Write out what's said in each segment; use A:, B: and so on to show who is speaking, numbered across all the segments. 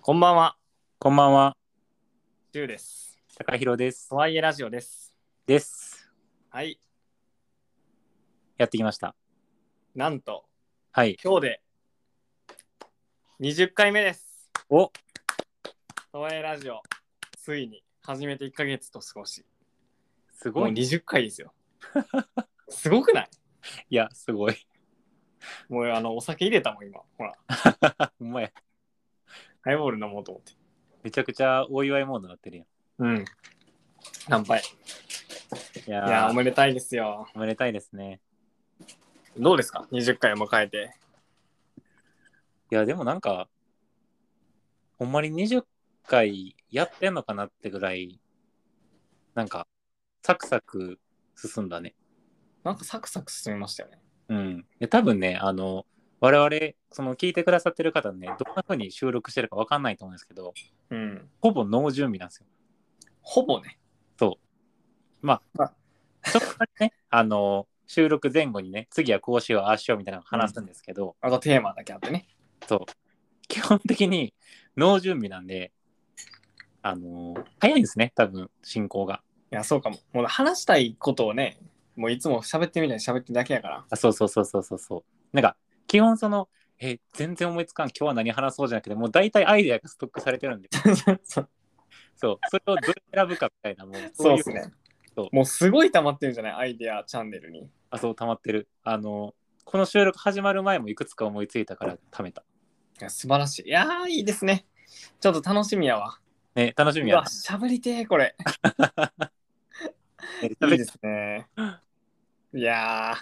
A: こんばんは、
B: こんばんは、
A: ジュウです。
B: 高弘です
A: と。はいえラジオです。
B: です。
A: はい、
B: やってきました。
A: なんと、
B: はい。
A: 今日で20回目です。
B: お、
A: とはいえラジオ、ついに始めて1ヶ月と少し。
B: す
A: も
B: ご
A: う
B: い。い
A: 20回ですよ。 すごくない
B: や、すごい。
A: もうあの、お酒入れたもん、今。ほら、
B: お前、
A: ハイボール飲もうと思って。
B: めちゃくちゃお祝いモードになってるやん。
A: うん。乾杯。い
B: いやー
A: やー、おめでたいですよ。
B: おめでたいですね。
A: どうですか ?20 回を迎えて。
B: いや、でもなんか、ほんまに20回やってんのかなってぐらい、なんか、サクサク進んだね。
A: なんかサクサク進みましたよね。
B: うん。で、多分ね、あの、我々、その聞いてくださってる方ね、どんな風に収録してるかわかんないと思うんですけど、
A: うん。
B: ほぼノー準備なんですよ。
A: ほぼね。
B: ちょっとだけね、あの、収録前後にね、次はこうしよう、ああしようみたいなのを話すんですけど、
A: あとテーマだけあってね。
B: 基本的に脳準備なんで、あの、早いんですね、多分、進行が。
A: いや、そうかも。もう話したいことをね、もういつも喋ってみたいに喋ってるだけやから。
B: あ、そうそうそうそうそうそう。なんか、基本その、え、全然思いつかん、今日は何話そうじゃなくて、もう大体アイデアがストックされてるんで、
A: そう
B: そう、それをどれ選ぶかみたいな、もう、
A: そう
B: い
A: ですね。
B: そう
A: もうすごい溜まってるんじゃないアイデアチャンネルに。
B: あ、そう、溜まってる。あの、この収録始まる前もいくつか思いついたから、貯めた。
A: いや、素晴らしい。いやー、いいですね。ちょっと楽しみやわ。
B: ね、楽しみ
A: う
B: や
A: わ、
B: な。
A: 喋りてー、これ。
B: ね
A: いいですね。いや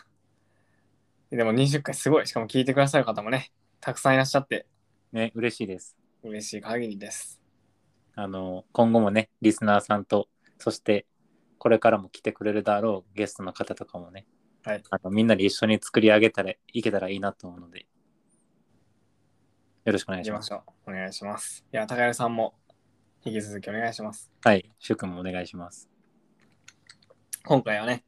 A: ー。でも20回すごい。しかも聞いてくださる方もね、たくさんいらっしゃって、
B: ね、嬉しいです。
A: 嬉しい限りです。
B: あの、今後もね、リスナーさんと、そして、これからも来てくれるだろうゲストの方とかもね、
A: はい
B: あのみんなで一緒に作り上げたらいけたらいいなと思うので、よろしくお願
A: い
B: い
A: き
B: し
A: ま
B: ま
A: し
B: す。
A: ょう。お願いします。いや、高谷さんも、引き続きお願いします。
B: はい、主君もお願いします。
A: 今回はね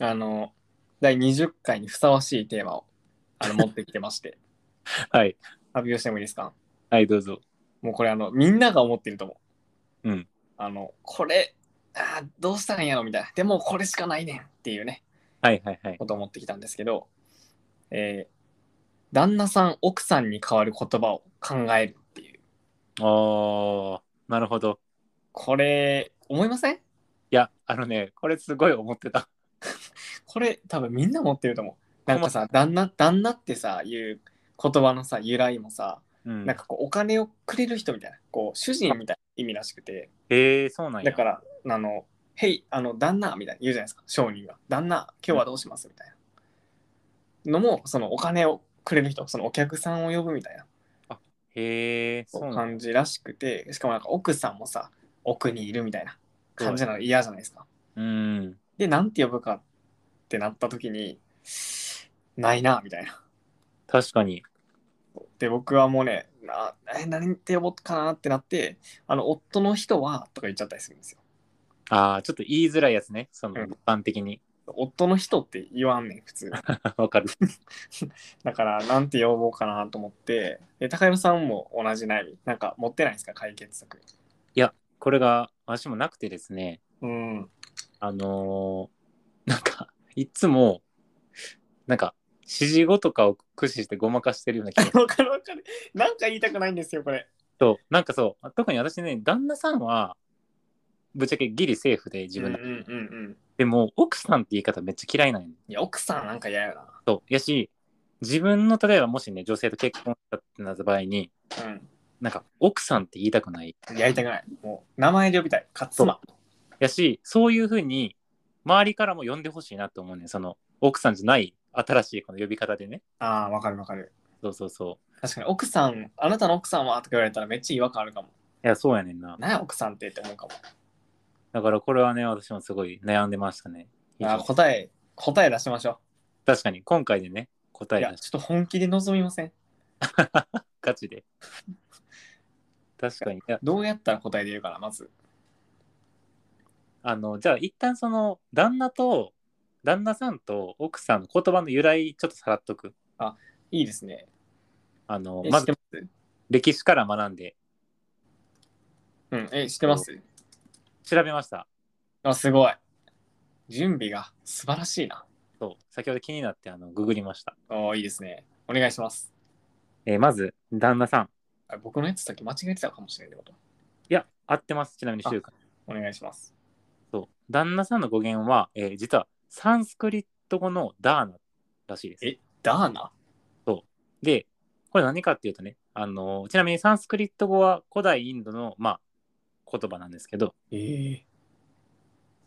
A: あの第20回にふさわしいテーマを あの持ってきてまして
B: はい、
A: 発表してもいいですか
B: はい、どうぞ。
A: もうこれあのみんなが思ってると思う
B: うん
A: あのこれあーどうしたらいいんやろみたいなでもこれしかないねんっていうね
B: はい、はい、はい。
A: ことを持ってきたんですけどえー旦那さん奥さんに代わる言葉を考えるっていう
B: おー、なるほど。
A: これ思いません
B: いや、あのね、これすごい思ってた。
A: これ多分みんな持ってると思うなんかさ旦那旦那ってさいう言葉のさ由来もさ、
B: うん。
A: なんかこうお金をくれる人みたいなこう主人みたいな意味らしくて
B: えー、そうなんや。
A: だからあの「へいあの旦那」みたいな言うじゃないですか商人が「旦那今日はどうします?」みたいなのもそのお金をくれる人そのお客さんを呼ぶみたいな
B: へー、そうなんや。
A: 感じらしくてしかもなんか奥さんもさ奥にいるみたいな感じなの嫌じゃないですか。
B: うん。
A: でなんて呼ぶかってなった時にないなみたいな。
B: 確かに。
A: で僕はもうねなえ何て呼ぼうかなってなってあの夫の人はとか言っちゃったりするんですよ。
B: あー、ちょっと言いづらいやつね、その、
A: うん
B: 一般的に。
A: 夫の人って言わんねん普通
B: わかる。
A: だからなんて呼ぼうかなと思ってで高山さんも同じ悩みなんか持ってないですか解決策
B: これが私もなくてですね
A: うん
B: あのーなんかいつもなんか指示語とかを駆使してごまかしてるような 気が
A: わかるわかるなんか言いたくないんですよこれ
B: となんかそう特に私ね旦那さんはぶっちゃけギリセーフで自分
A: うん
B: の、
A: うんうんうん
B: でも奥さんって言い方めっちゃ嫌いなんよ
A: いや奥さんなんか嫌やな
B: そうやし自分の例えばもしね女性と結婚したってなった場合になんか奥さんって言いたくない
A: うんやりたくないもう名前で呼びたい勝妻
B: やしそういうふうに周りからも呼んでほしいなと思うねその奥さんじゃない新しいこの呼び方でね
A: ああわかるわかる
B: そうそうそう
A: 確かに奥さんあなたの奥さんはとか言われたらめっちゃ違和感あるかも
B: いや、そうやねんな。
A: なんや奥さんってって思うかも
B: だからこれはね、私もすごい悩んでましたね。
A: あー答え答え出しましょ
B: 確かに、今回でね、
A: う
B: 答
A: い
B: え
A: や
B: が
A: ちょっと本気で望みません
B: ガ チで。確かに。いや、
A: どうやったら答え出るかなまず
B: あの、じゃあ一旦その、旦那と、旦那さんと奥さんの言葉の由来、ちょっとさらっとく。
A: いいですね
B: あの、
A: え
B: ま
A: 知
B: ず
A: ってす
B: 歴史から学んで、
A: うん、え、知ってます
B: 調べました。
A: あ、すごい。準備が素晴らしいな。
B: そう、先ほど気になって、あの、ググりました。
A: おーいいですね。お願いします。
B: えーまず、旦那さん。
A: あ僕のやつさっき間違えてたかもしれないってこと。
B: いや、合ってます。ちなみに、週刊。
A: お願いします。
B: そう。旦那さんの語源は、えー実は、サンスクリット語のダーナらしいです。
A: え、ダーナ
B: で、これ何かっていうとね、あのーちなみにサンスクリット語は古代インドの、まあ、言葉なんですけど、
A: えー、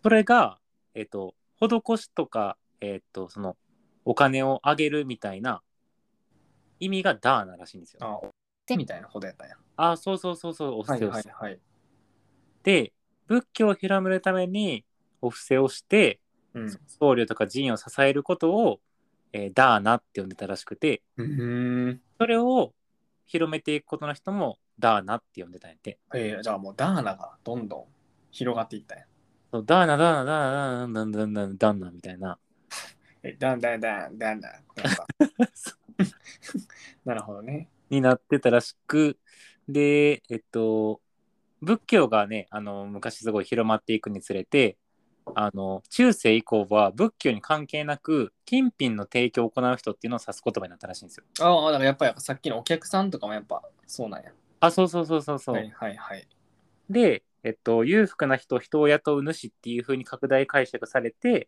B: それが、えっ、と、施しとか、えっ、と、その、お金をあげるみたいな意味がダーナらしいんですよ。
A: あ、お手みたいなことやったんや。
B: ああ、そうそうそうそう、お布
A: はい
B: 施を
A: はい
B: して
A: はい。
B: で、仏教を広めるためにお布施をして、
A: うん。う
B: 僧侶とか寺院を支えることを、えーダーナって呼んでたらしくて、
A: ーん。
B: それを広めていくことの人もダーナって呼んでたんやって。
A: えー、じゃあもうダーナがどんどん広がっていったんや。
B: そうダーナ、ダーナ、ダーナ、ダーナ、ダーナ、ダーナ、ダーナみたいな。
A: え、ダンダンダンダ ンダン。なんかなるほどね。
B: になってたらしくでえっと仏教がねあの昔すごい広まっていくにつれてあの中世以降は仏教に関係なく金品の提供を行う人っていうのを指す言葉になったらしいんですよ。
A: ああ、だからやっぱやっぱさっきのお客さんとかもやっぱそうなんや。
B: あそうそうそうそうそう。
A: はいはいはい。
B: で、えっと、裕福な人人を雇う主っていう風に拡大解釈されて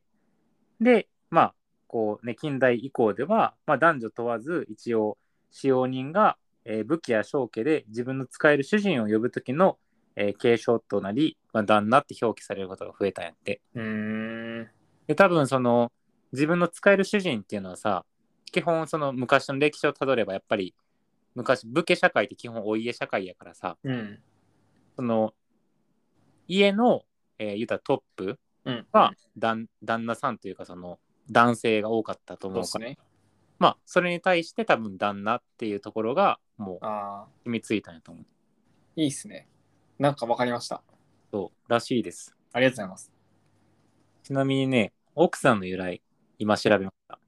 B: でまあこうね近代以降では、まあ、男女問わず一応使用人が、えー武器や商家で自分の使える主人を呼ぶ時の、えー継承となり、まあ、旦那って表記されることが増えたんやって
A: うーん。
B: で多分その自分の使える主人っていうのはさ基本その昔の歴史をたどればやっぱり昔武家社会って基本お家社会やからさ
A: うん。
B: その家の、えー言うたらトップ
A: うん。
B: は、旦旦那さんというかその男性が多かった
A: そ
B: と
A: う
B: 思
A: で
B: う
A: す
B: から
A: ね。
B: まあそれに対して多分旦那っていうところがもう
A: ああ、
B: 染みついたんやと思う
A: いいっすね。なんかわかりました。
B: そうらしいです
A: ありがとうございます。
B: ちなみにね奥さんの由来今調べました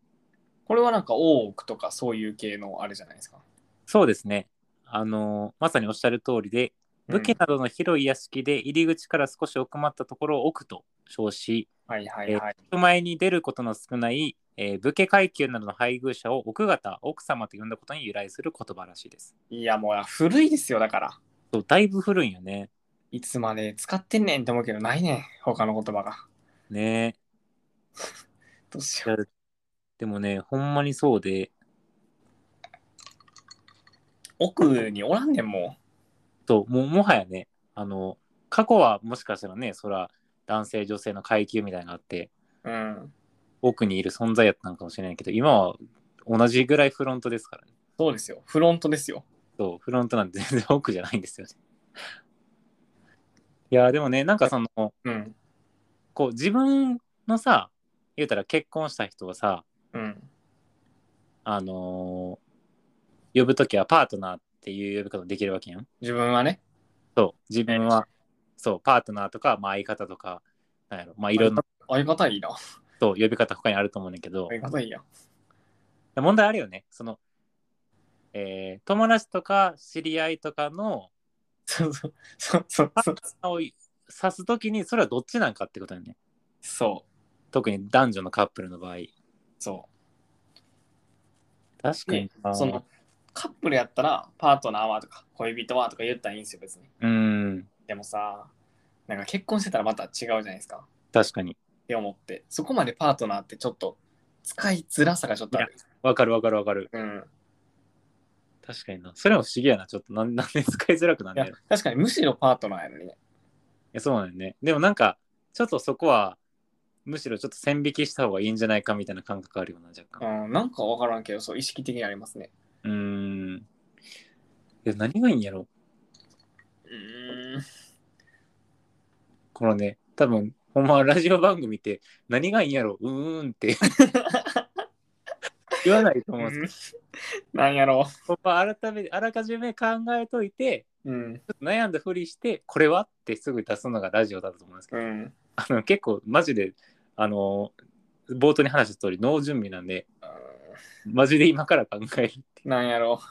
A: これはなんか大奥とかそういう系のあれじゃないですか。
B: そうですねあのーまさにおっしゃる通りで
A: うん
B: 武家などの広い屋敷で入り口から少し奥まったところを奥と称し
A: はいはいはい。
B: 人前に出ることの少ない、えー武家階級などの配偶者を奥方奥様と呼んだことに由来する言葉らしいです
A: いやもう古いですよだから。
B: そうだいぶ古いんよね
A: いつまで使ってんねんって思うけどないねん。他の言葉が。
B: ね
A: どうし
B: えい
A: よ
B: や
A: う。
B: でもねほんまにそうで
A: 奥におらんねんも
B: ともうもはやねあの過去はもしかしたらねそら男性女性の階級みたいなのがあって
A: う。うん。
B: 奥にいる存在やったのかもしれないけど今は同じぐらいフロントですからね
A: そうですよ。フロントですよ。
B: そうフロントなんて全然奥じゃないんですよねいやでもねなんかその
A: うん。
B: こう自分のさ言うたら結婚した人はさ
A: うん。
B: あのー呼ぶ時はパートナーっていう呼び方もできるわけやん
A: 自分はね。
B: そう自分は、そうパートナーとか、まあ、相方とかなんやろまあいろんな
A: 相方いいな。
B: そう呼び方他にあると思うねんだけど
A: 相方いいや。
B: 問題あるよねその、えー友達とか知り合いとかの
A: そうそう。そうそうそう。
B: を指す時にそれはどっちなんかってことよね
A: そ
B: 特に男女のカップルの場合
A: う。そ
B: 確かにな、
A: う。そのカップルやったらパートナーはとか恋人はとか言ったらいいんですよ別に。
B: うん
A: でもさ、なんか結婚してたらまた違うじゃないですか。
B: 確かに
A: って思って、そこまでパートナーってちょっと使いづらさがちょっとある。
B: わかるわかるわかる
A: うん。
B: 確かにな。それも不思議やな。ちょっとなん なんで使いづらくなん
A: い
B: ね
A: や
B: やろい、
A: 確かにむしろパートナーやのにね。
B: やそうなんよね。でもなんか、ちょっとそこは、むしろちょっと線引きした方がいいんじゃないかみたいな感覚あるよな、若
A: う
B: 干。
A: ん、なんかわからんけど、そう、意識的にありますね。
B: うーん。いや、何がいいんやろ
A: うーん。
B: このね、多分、ほんまラジオ番組って、何がいいんやろうーんって 言わないと思うんです
A: なんやろ
B: けど、ほんま改めて、あらかじめ考えといて、
A: う。うん。
B: ちょっと悩んだふりして、これはってすぐ出すのがラジオだと思うんですけど
A: う、ん。
B: あの結構、マジで、あの、冒頭に話した通り、ノー準備なんで、マジで今から考えるっていう。
A: なんやろ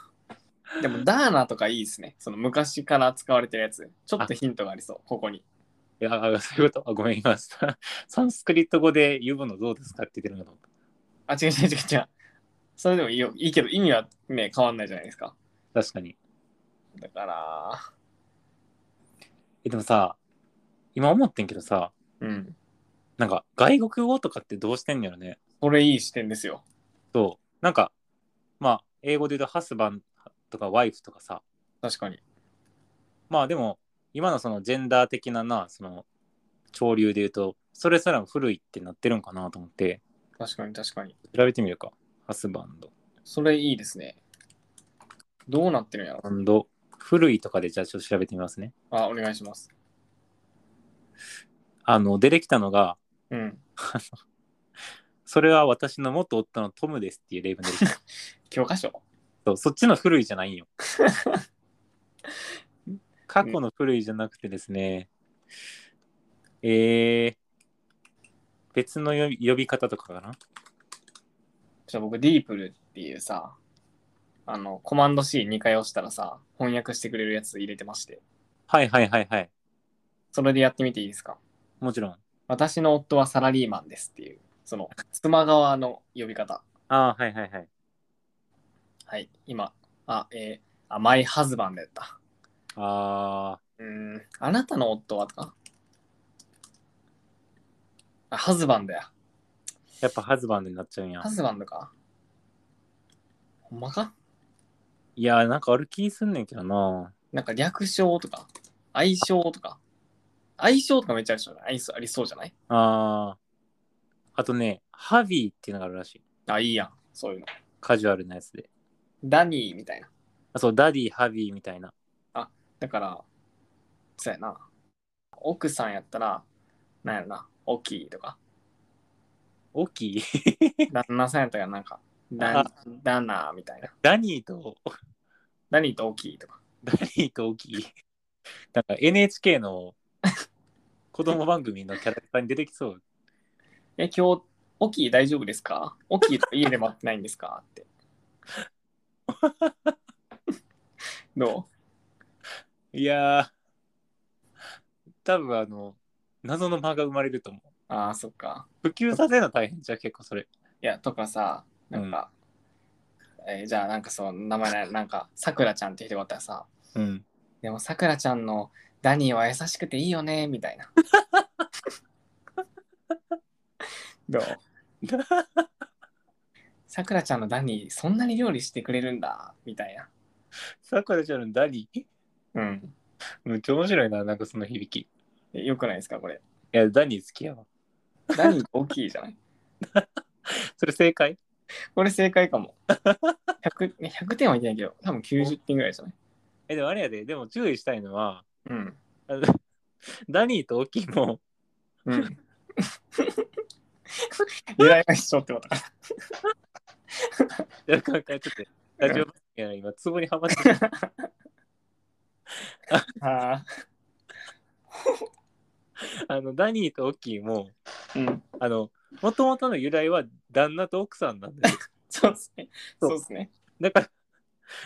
A: でも、ダーナとかいいですね。その昔から使われてるやつ。ちょっとヒントがありそう、ここに。
B: いや、あそういうことあごめん、今、サンスクリット語で呼ぶのどうですかって言ってるのかと思った
A: あ、違う違う違う違う。それでもいいよ。いいけど、意味はね、変わんないじゃないですか。
B: 確かに。
A: だから、
B: え、でもさ、今思ってんけどさ、
A: うん。
B: なんか外国語とかってどうしてんのやろね。
A: これいい視点ですよ。
B: そう。なんか、まあ、英語で言うと、ハスバンとかワイフとかさ、
A: 確かに。
B: まあでも、今のそのジェンダー的なな、その潮流で言うと、それすら古いってなってるんかなと思って、
A: 確かに確かに。
B: 調べてみるか。ハスバンド。
A: それいいですね。どうなってるんやろ
B: バンド。古いとかで、じゃあちょっと調べてみますね。
A: あ、お願いします。
B: あの、出てきたのが、
A: うん。
B: それは私の元夫のトムですっていう例文で出てきた
A: 教科書
B: そうそっちの古いじゃないんよ。過去の古いじゃなくてですね、えー、別の呼び呼び方とかかな
A: じゃ僕、ディープルっていうさ、あの、コマンド C2 回押したらさ、翻訳してくれるやつ入れてまして、
B: はいはいはいはい。
A: それでやってみていいですか
B: もちろん。
A: 私の夫はサラリーマンですっていう、その、妻側の呼び方。
B: ああ、はいはいはい。
A: はい、今、あ、えー、あ、マイハズバンドやった。
B: あ
A: うーん、あなたの夫はとかあ、ハズバンドや。
B: ー、やっぱハズバンドになっちゃうんや
A: ハ。ズバンドかほんまか
B: いやー、なんかある気すんねんけどな。
A: なんか略称とか、愛称とか、愛称とかめっちゃあるでしょ愛想ありそうじゃない
B: ああ。あとね、ハビーっていうのがあるらしい。
A: あ、いいやん、そういうの。
B: カジュアルなやつで。
A: ダニーみたいな。
B: あ、そう、ダディ、ハビーみたいな。
A: だから、そうやな。奥さんやったら、なんやろな、オキーとか、
B: 大きい
A: 旦那さんやったらなんか、ダ
B: あ
A: ンダナーみたいな。
B: ダニーと、
A: ダニーとオキーとか。
B: ダニーと 大きい。なんか NHK の子供番組のキャラクターに出てきそう。
A: え、今日、オキー大丈夫ですかオキーとか家で待ってないんですかって。ど
B: いやー、多分あの、謎の間が生まれると思う。
A: うああ、そっか。
B: 普及させるの大変じゃん結構それ。
A: いや、とかさ、なんか、えーじゃあ、なんかその名前な、なんか、さくらちゃんって人がおったらさ、
B: うん。
A: でもさくらちゃんのダニーは優しくていいよね、みたいな。どうさくらちゃんのダニー、そんなに料理してくれるんだ、みたいな。
B: さくらちゃんのダニー。
A: うん。
B: めっちゃ面白いな、なんかその響き。い
A: えよくないですか、これ。
B: や、ダニー好きやわ。
A: ダニー大きいじゃない
B: それ正解
A: これ正解か も。100, ね100点はいけないけど、多分90点ぐらいじゃない
B: え、でもあれやで、でも注意したいのは、
A: うん。
B: あのダニーと大きいも、
A: うん。由来が一緒ってことか。
B: なんかちょっと、ラジオ番組や今、ツボにはまって る。
A: あ
B: あの、ダニーと大きいも、
A: あ。うん。
B: あの、もともとの由来は旦那と奥さんなんです
A: そう
B: よ。
A: ですね。そうですね。
B: だから、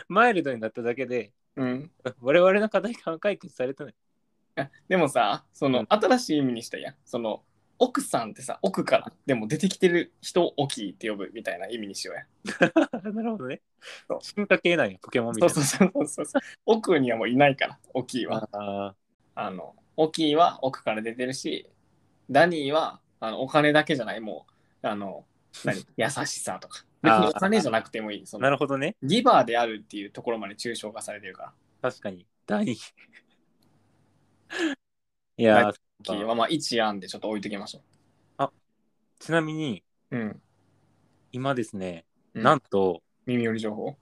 B: マイルドになっただけで、
A: うん。
B: 我々の課題感は解決されてない。
A: あでもさ、そうの
B: ん
A: 新しい意味にしたいやん。その奥さんってさ、奥からでも出てきてる人をオキって呼ぶみたいな意味にしようや。
B: なるほどね
A: そう。
B: 進化系なんや、ポケモンみた
A: そ
B: いうな。
A: そうそうそうそう。奥にはもういないから、オキは。
B: あ
A: あの、オキは奥から出てるし、ダニーはあのお金だけじゃない、もう、あの、 何優しさとか。別にお金じゃなくてもいい。そ
B: ーな
A: の
B: るほどね。
A: ギバーであるっていうところまで抽象化されてるから。
B: 確かに。ダニー。い
A: は
B: やー、
A: オキはまあ一案でちょっと置いときましょ
B: ちなみに、
A: う。うん。
B: 今ですね、
A: う
B: なんと、
A: 耳寄り情報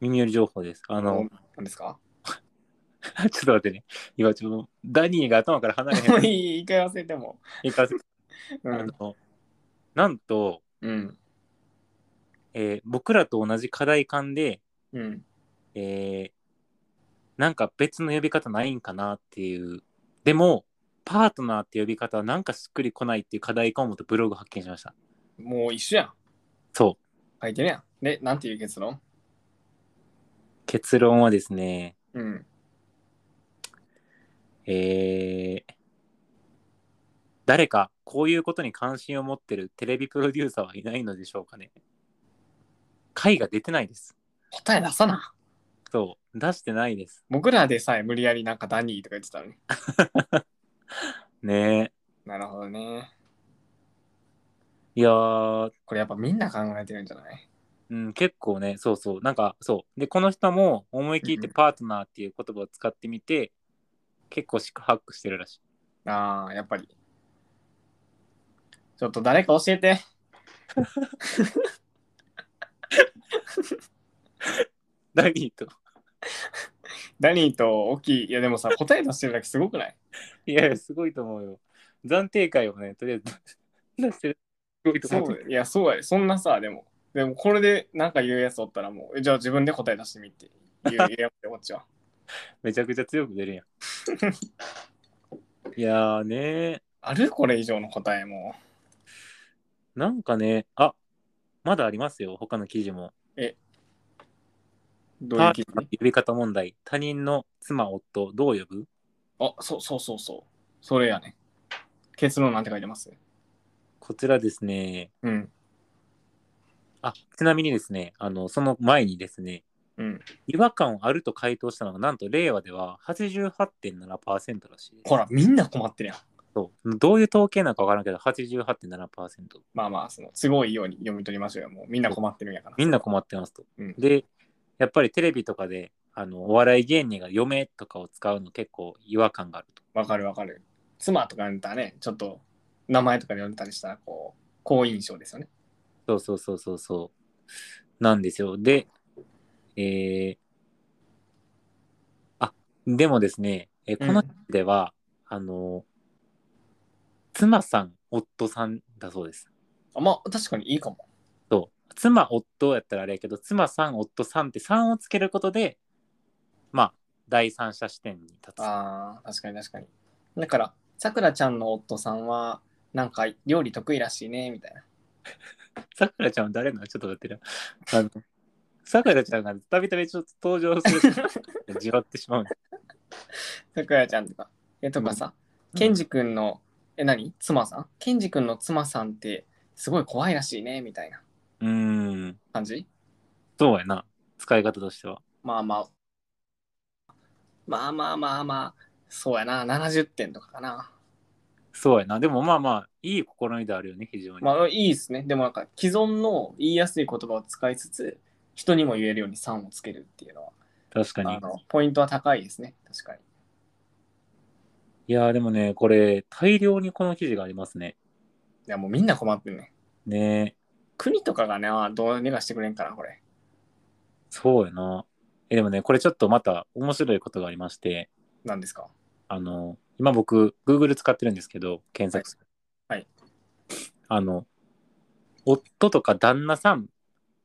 B: 耳寄り情報です。あの、
A: 何です か
B: ちょっと待ってね。今、ちょっと、ダニーが頭から離れへん
A: もういい、一回忘れても。
B: いいかせて
A: う
B: あ
A: ん。
B: のなんと、
A: うん。
B: えー僕らと同じ課題感で、
A: うん。
B: えーなんか別の呼び方ないんかなっていう。でも、パートナーって呼び方はなんかしっくりこないっていう課題感を持ってブログ発見しました。
A: もう一緒やん。
B: そ
A: 書いてるやん。で、なんていう結論
B: う。結論はですね、
A: うん。
B: えー、誰かこういうことに関心を持ってるテレビプロデューサーはいないのでしょうかね回が出てないです。
A: 答え出さな。
B: そう、出してないです。
A: 僕らでさえ無理やりなんかダニーとか言ってたのに。
B: ねえ。
A: なるほどね。
B: いやー、
A: これやっぱみんな考えてるんじゃない
B: うん、結構ね、そうそう、なんかそう。で、この人も思い切っ
A: うんう
B: て
A: ん
B: パートナーっていう言葉を使ってみて、結構四苦八苦してるらしい。
A: ああ、やっぱり。ちょっと誰か教えて。
B: ダニーと。
A: ダニーとオキ、いやで もさ、答え出してるだけすごくない
B: いやいや、すごいと思うよ。暫定会をね、とりあえず 出してる。すごいと
A: そ
B: 思う。
A: ういや、そうやで、そんなさ、でも、でもこれでなんか言うやつおったらもう、えじゃあ自分で答え出してみって 言う言うやつで、こっちは。
B: めちゃくちゃ強く 出るやん。いやーね
A: あるこれ以上の答えも。
B: なんかね、あまだありますよ、他の記事も。
A: どうい
B: パ
A: う
B: ート
A: 記事
B: ナーの呼び方問題、他人の妻、夫、どう呼ぶ
A: あ、そうそうそうそう。それやね。結論なんて書いてます
B: こちらですね、
A: うん。
B: あちなみにですねあの、その前にですね、
A: うん。
B: 違和感あると回答したのが、なんと令和では88.7%らしいです。
A: ほら、みんな困ってるやん。
B: そうどういう統計なのかわからんけど、88.7%。
A: まあまあ、その、都合いいように読み取りましょうよ。もうみんな困ってるんやから。
B: みんな困ってますと。
A: うん
B: で、やっぱりテレビとかで、あのお笑い芸人が嫁とかを使うの結構違和感があると。
A: わかるわかる。妻とか呼んだらね、ちょっと名前とかで呼んだりしたら、こう、好印象ですよね。
B: そうそうそうそうそう。なんですよ。で、えー、あ、でもですね、えー
A: う
B: こ
A: ん
B: の人では、あの、妻さん、夫さんだそうです。
A: あまあ、確かにいいかも。
B: そう。妻、夫やったらあれやけど、妻さん、夫さんって3をつけることで、まあ、第三者視点に立つ。
A: ああ、確かに確かに。だから、さくらちゃんの夫さんは、なんか料理得意らしいね、みたいな。
B: さくらちゃんは誰なのちょっと待ってな。あの、さくらちゃんがたびたびちょっと登場す る。じわってしまう。
A: さくらちゃんとか。え、とかさ、
B: うん
A: ケンジ君の、え、何妻さんケンジ君の妻さんって、すごい怖いらしいね、みたいな
B: うーん。
A: 感じ
B: そうやな。使い方としては。
A: まあまあ。まあまあまあまあ、そうやな、70点とかかな。
B: そうやな。でもまあまあ、いい試みであるよね、非常に。
A: まあいいですね。でもなんか既存の言いやすい言葉を使いつつ、人にも言えるように3をつけるっていうのは、
B: 確かに
A: あ。のポイントは高いですね。確かに。
B: いやーでもね、これ、大量にこの記事がありますね。
A: いやもうみんな困ってるね。
B: ねえ
A: 国とかがね、あどうにかしてくれんかな、これ。
B: そうやな。え、でもね、これちょっとまた面白いことがありまして、
A: なんですか
B: あの、今僕、Google 使ってるんですけど、検索する。
A: はいはい
B: あの、夫とか旦那さん、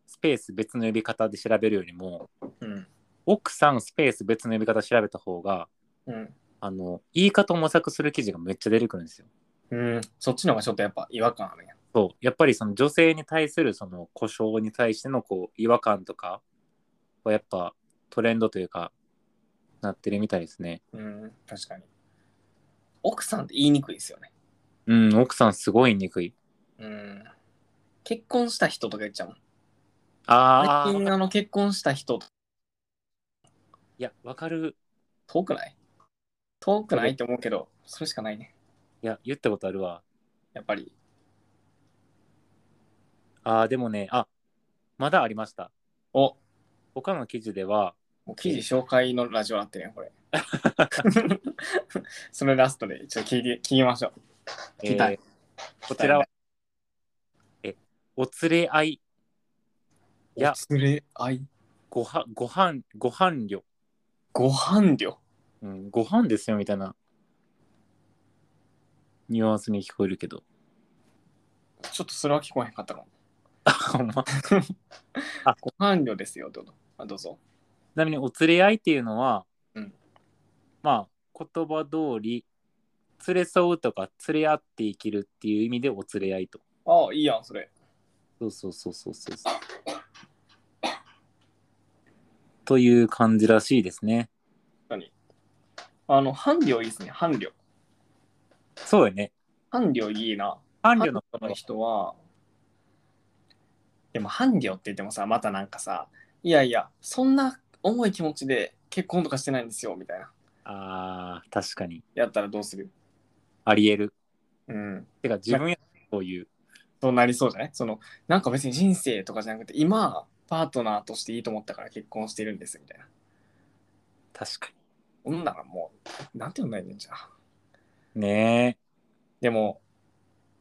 B: スペース別の呼び方で調べるよりも、
A: うん。
B: 奥さん、スペース別の呼び方調べた方が、
A: うん。
B: あの、言い方を模索する記事がめっちゃ出てくるんですよ。
A: うん、そっちの方がちょっとやっぱ違和感あるんや
B: そう、やっぱりその女性に対するその故障に対してのこう違和感とかはやっぱトレンドというかなってるみたいですね。
A: うん、確かに。奥さんって言いにくいですよね。
B: うん、奥さんすごい憎い。
A: うん。結婚した人とか言っちゃうもん。
B: あ
A: 最近
B: あ、
A: あの結婚した人
B: いや、わかる。
A: 遠くない遠くないって思うけど、それしかないね。
B: いや、言ったことあるわ。
A: やっぱり。
B: ああ、でもね、あまだありました。
A: お
B: 他の記事では、
A: もう記事紹介のラジオなってるやん、これ。 それラストで、ちょっと聞いて、聞きましょ聞きたい
B: こちらは、え、お連れ合い、
A: う。
B: いや、
A: お連れ合い、
B: ごは、ごはん、ごはん料。
A: ご飯料。
B: うん、ご飯ですよみたいなニュアンスに聞こえるけど。
A: ちょっとそれは聞こえへんかったかも。
B: あほんまち
A: ご飯料ですよ、どうぞ。あどうぞ。
B: なみにお連れ合いっていうのは、
A: うん
B: まあ言葉通り連れ添うとか連れ合って生きるっていう意味でお連れ合いと。
A: ああ、いいやん、それ。
B: そうそうそうそうそう。という感じらしいですね。
A: あの、伴侶いいですね、伴侶。
B: そうよね。
A: 伴侶いいな。
B: 伴
A: 伴
B: 侶
A: 侶
B: の
A: の人は、でも伴侶って言ってもさ、またなんかさ、いやいや、そんな重い気持ちで結婚とかしてないんですよ、みたいな。
B: あー確かに。
A: やったらどうする
B: ありえる。
A: うん。
B: てか、自分やこういう。
A: そうなりそうじゃないその、なんか別に人生とかじゃなくて、今、パートナーとしていいと思ったから結婚してるんです、みたいな。
B: 確か
A: そんならもう、なんて呼んだらいいんじゃん。
B: に。ね
A: でも、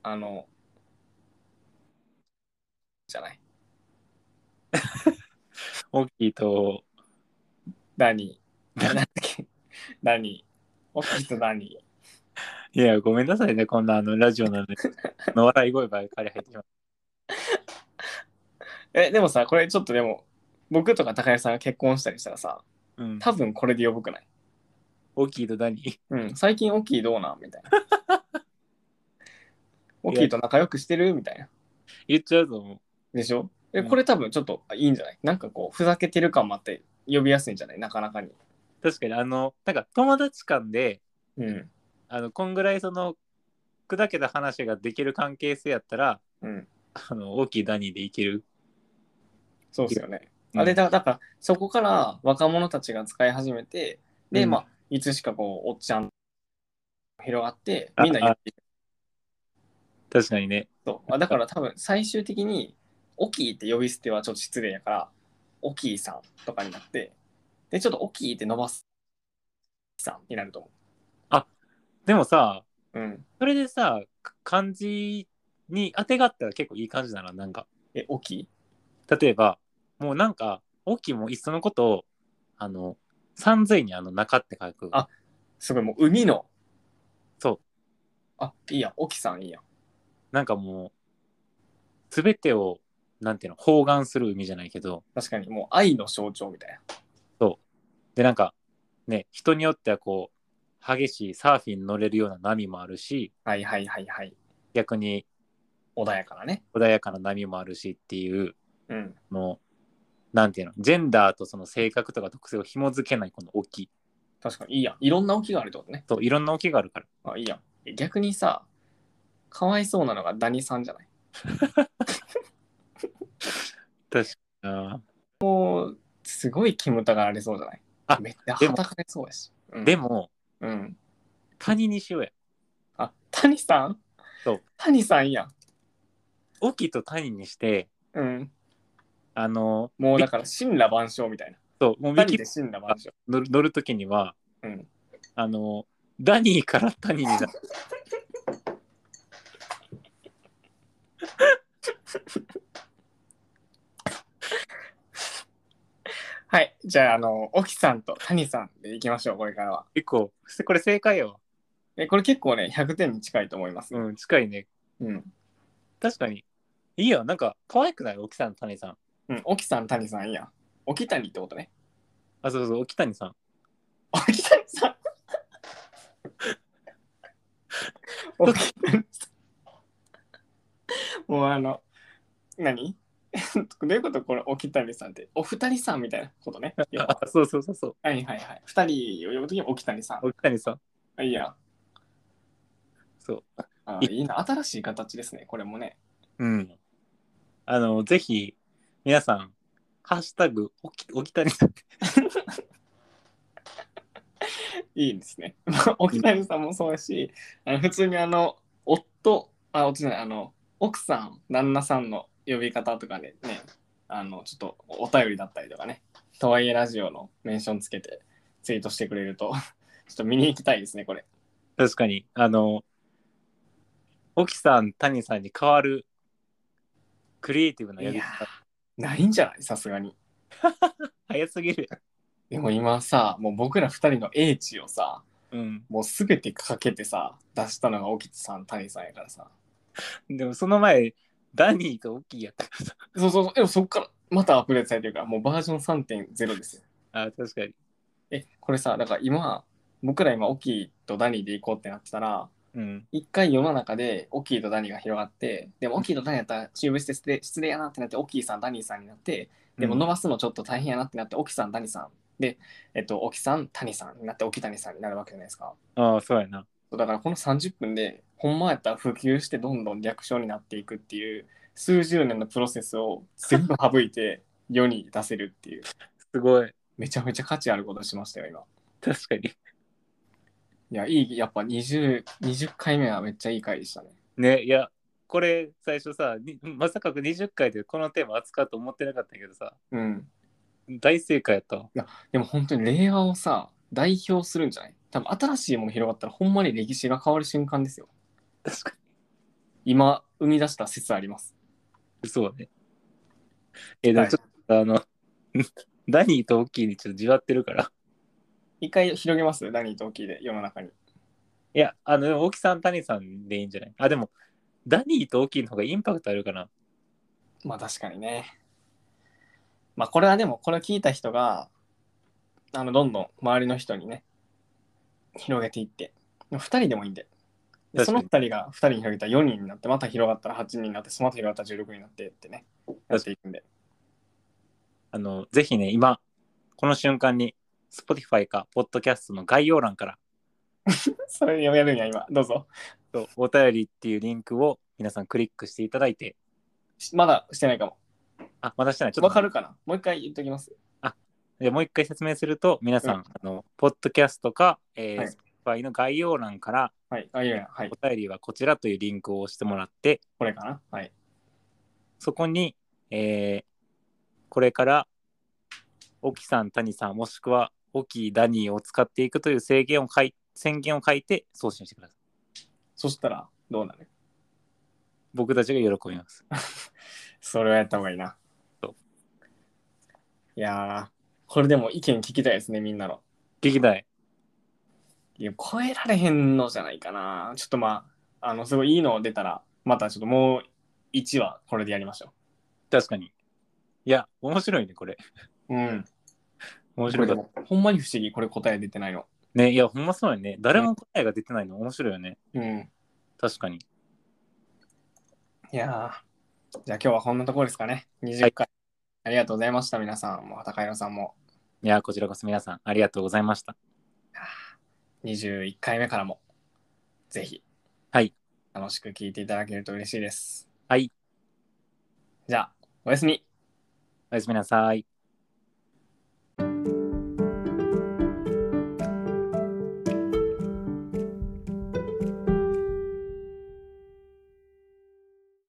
A: あの、じゃない。
B: え。大きいと、
A: 何、何だっけ何、オフィス何
B: いや、ごめんなさいね、こんなあのラジオなのに、の笑い声ばっかり入ってしまう。
A: え、でもさ、これちょっとでも、僕とか高橋さんが結婚したりしたらさ、
B: うん、
A: 多分これで呼ぶくない
B: 大きいと何
A: うん、最近オッキーどうなんみたいな。オッキーと仲良くしてるみたいな。
B: 言っちゃうと思う。
A: でしょえ、
B: うん
A: これ多分ちょっといいんじゃないなんかこう、ふざけてる感もあって呼びやすいんじゃないなかなかに。
B: 確かに、あの、なんか友達間で、
A: うん。
B: あの、こんぐらいその、砕けた話ができる関係性やったら、
A: うん。
B: あの、大きいダニーでいける。
A: そうですよね。
B: うん
A: あれだ、だからそこから若者たちが使い始めて、で、
B: うん
A: まあ、いつしかこう、おっちゃん広がって、
B: あ
A: みんな言っていく
B: 確かにね。
A: と。あだから多分最終的に、オキーって呼び捨てはちょっと失礼やから、オキーさんとかになって、で、ちょっとオキーって伸ばす、さんになると思
B: でもさ、
A: う。うん。
B: それでさ、か漢字に当てがあったら結構いい感じだな、なんか。
A: え、オキ
B: 例えば、もうなんか、大きいもいっそのことを、あの、三千にあの、中って書く。
A: あーすごい、もう海の。
B: そう。
A: あ、いいやん、オキさんいいやん。
B: なんかもう、すべてを、なんていうの、包含する海じゃないけど、
A: 確かに、もう愛の象徴みたいな。
B: で、なんか、ね、人によってはこう、激しいサーフィンに乗れるような波もあるし、
A: はいはいはいはい。
B: 逆に
A: 穏やかなね。
B: 穏やかな波もあるしっていう、
A: うん。
B: の、なんていうの、ジェンダーとその性格とか特性を紐付けないこの大きい。
A: 確かに、いいやん。いろんなオキがあるってことね。
B: そう、いろんな大きいがあるから。
A: あ、いいやん。え逆にさ、かわいそうなのがダニさんじゃない
B: 確か
A: すごい煙たがられそうじゃない
B: あ
A: めっちゃ
B: でも
A: はたかれそうやし。うん、
B: で、も、
A: うん。
B: 谷にしようや。
A: あ、谷さん
B: そう。
A: 谷さんやん。
B: 大きいと谷にして、
A: うん。
B: あの、
A: もうだから、神羅万象みたいな。
B: そう、もうウィ
A: 谷
B: キ
A: で神羅万象。
B: 乗る乗るときには、
A: うん。
B: あの、ダニーから谷にな る。
A: はい。じゃあ、あの、沖さんと谷さんでいきましょう、これからは。
B: 結構、これ正解よ。
A: え、これ結構ね、100点に近いと思います。
B: うん、近いね。
A: うん。
B: 確かに。いいよ、なんか、可愛くない沖さん、谷さん。
A: うん。沖さん、谷さんいいやん。沖谷ってことね。
B: あ、そうそう、沖谷さん。
A: 沖谷さ ん。沖谷さ ん。もうあの、何 どういうことこれ、沖谷さんって。お二人さんみたいなこと ね。要は
B: あ、そうそうそうそう。
A: はいはいはい。二人を呼ぶときは沖谷さ
B: 沖谷さん。
A: ん。いいや。
B: そう。
A: あいいな。新しい形ですね。これもね。
B: うん。あの、ぜひ、皆さん、ハッシュタグ、おき沖谷さん。
A: いいですね。 沖谷さんもそうだし、あの普通にあの、夫、あ、夫じゃない、あの、奥さん、旦那さんの呼び方とかでね、あの、ちょっとお便りだったりとかね、とはいえラジオのメンションつけてツイートしてくれると、 ちょっと見に行きたいですね、これ。
B: 確かに、あの、沖さん、谷さんに代わる、クリエイティブなやり
A: いや
B: 方。
A: ないんじゃないさすがに。
B: 早すぎるや
A: でも今さ、もう僕ら二人の英知をさ、
B: ん。うん。
A: もうすべてかけてさ、出したのが沖さん、谷さんやからさ。
B: でもその前、ダニーとオッキーやったからさ。
A: そうそうそう、でもそっからまたアップデートされてるから、もうバージョン3.0ですよ。
B: あ、確かに。
A: え、これさ、だから今、僕ら今、オキとダニーで行こうってなってたら、
B: うん。
A: 一回世の中でオキとダニーが広がって、でもオキとダニーだったら、中部して失礼失礼やなってなって、オキさん、ダニーさんになって、でも伸ばすのちょっと大変やなってなって、沖さん、谷さん。で、えっと、沖さん、谷さんになって、沖谷さんになるわけじゃないですか。
B: ああ、そうやな。
A: そうだからこの30分で、ほんまやったら普及してどんどん略称になっていくっていう、数十年のプロセスを全部省いて世に出せるっていう、
B: すごい。
A: めちゃめちゃ価値あることしましたよ、今。
B: 確かに。
A: いや、いい、やっぱ20、20回目はめっちゃいい回でしたね。
B: ね、いや、これ最初さ、にまさか20回でこのテーマ扱うと思ってなかったけどさ、
A: うん。
B: 大正解やったわ。
A: でも本当に令和をさ代表するんじゃない多分新しいもの広がったらほんまに歴史が変わる瞬間ですよ
B: 確か
A: 今生み出した説あります
B: に。そうね。え、でもちょっとあの、 ダニーとオッキーにちょっとじわってるから。
A: 一回広げますダニーとオキーで世の中に
B: いや、あの、でもオキさん、タニさんでいいんじゃないあ、でも、ダニーとオッキーの方がインパクトあるかな。
A: まあ確かにねまあこれはでもこれを聞いた人があのどんどん周りの人にね広げていって2人でもいいんでで
B: 確かに
A: その2人が2人に広げたら4人になってまた広がったら8人になってその後広がったら16人になってってねやっていくんで
B: あの、ぜひね、今、この瞬間に、Spotify か、ポッドキャストの概要欄から、
A: それをやるんや今どうぞ
B: そうお便りっていうリンクを皆さんクリックしていただいて、
A: しまだしてないかも
B: あ、まだしてない。ちょっと
A: わかるかなもう一回言っときます。
B: でもう一回説明すると、皆さん、
A: う
B: あのポッドキャストか、えー
A: はい
B: Spotify の概要欄から、
A: はい。あ、いやいや、はい。
B: お便りはこちらというリンクを押してもらって、
A: これかなはい。
B: そこに、えーこれから、沖さん、谷さん、もしくは、沖、ダニーを使っていくという制限を書い宣言を書いて送信してください。
A: そしたら、どうなる
B: 僕たちが喜びます。
A: それはやった方がいいな
B: そう。
A: いやー、これでも意見聞きたいですね、みんなの。
B: 聞きたい。
A: いや、超えられへんのじゃないかな。ちょっとまあ、あの、すごいいいの出たら、またちょっともう1話、これでやりましょ
B: 確かに。いや、面白いね、これ。
A: う。うん。
B: 面
A: こ
B: 白
A: れで。
B: い
A: も、ほんまに不思議、これ答え出てないの。
B: ね、いや、ほんまそうやね。誰も答えが出てないの面白いよね。
A: うん。
B: 確かに。
A: いやー、じゃあ今日はこんなところですかね。20回。ありがとうございました、皆さん。もう、高弘さんも。
B: いや、こちらこそ皆さん、ありがとうございました。
A: 21回目からも、ぜひ、
B: はい
A: 楽しく聞いていただけると嬉しいです。
B: はい。
A: じゃあ、おやすみ。
B: おやすみなさい。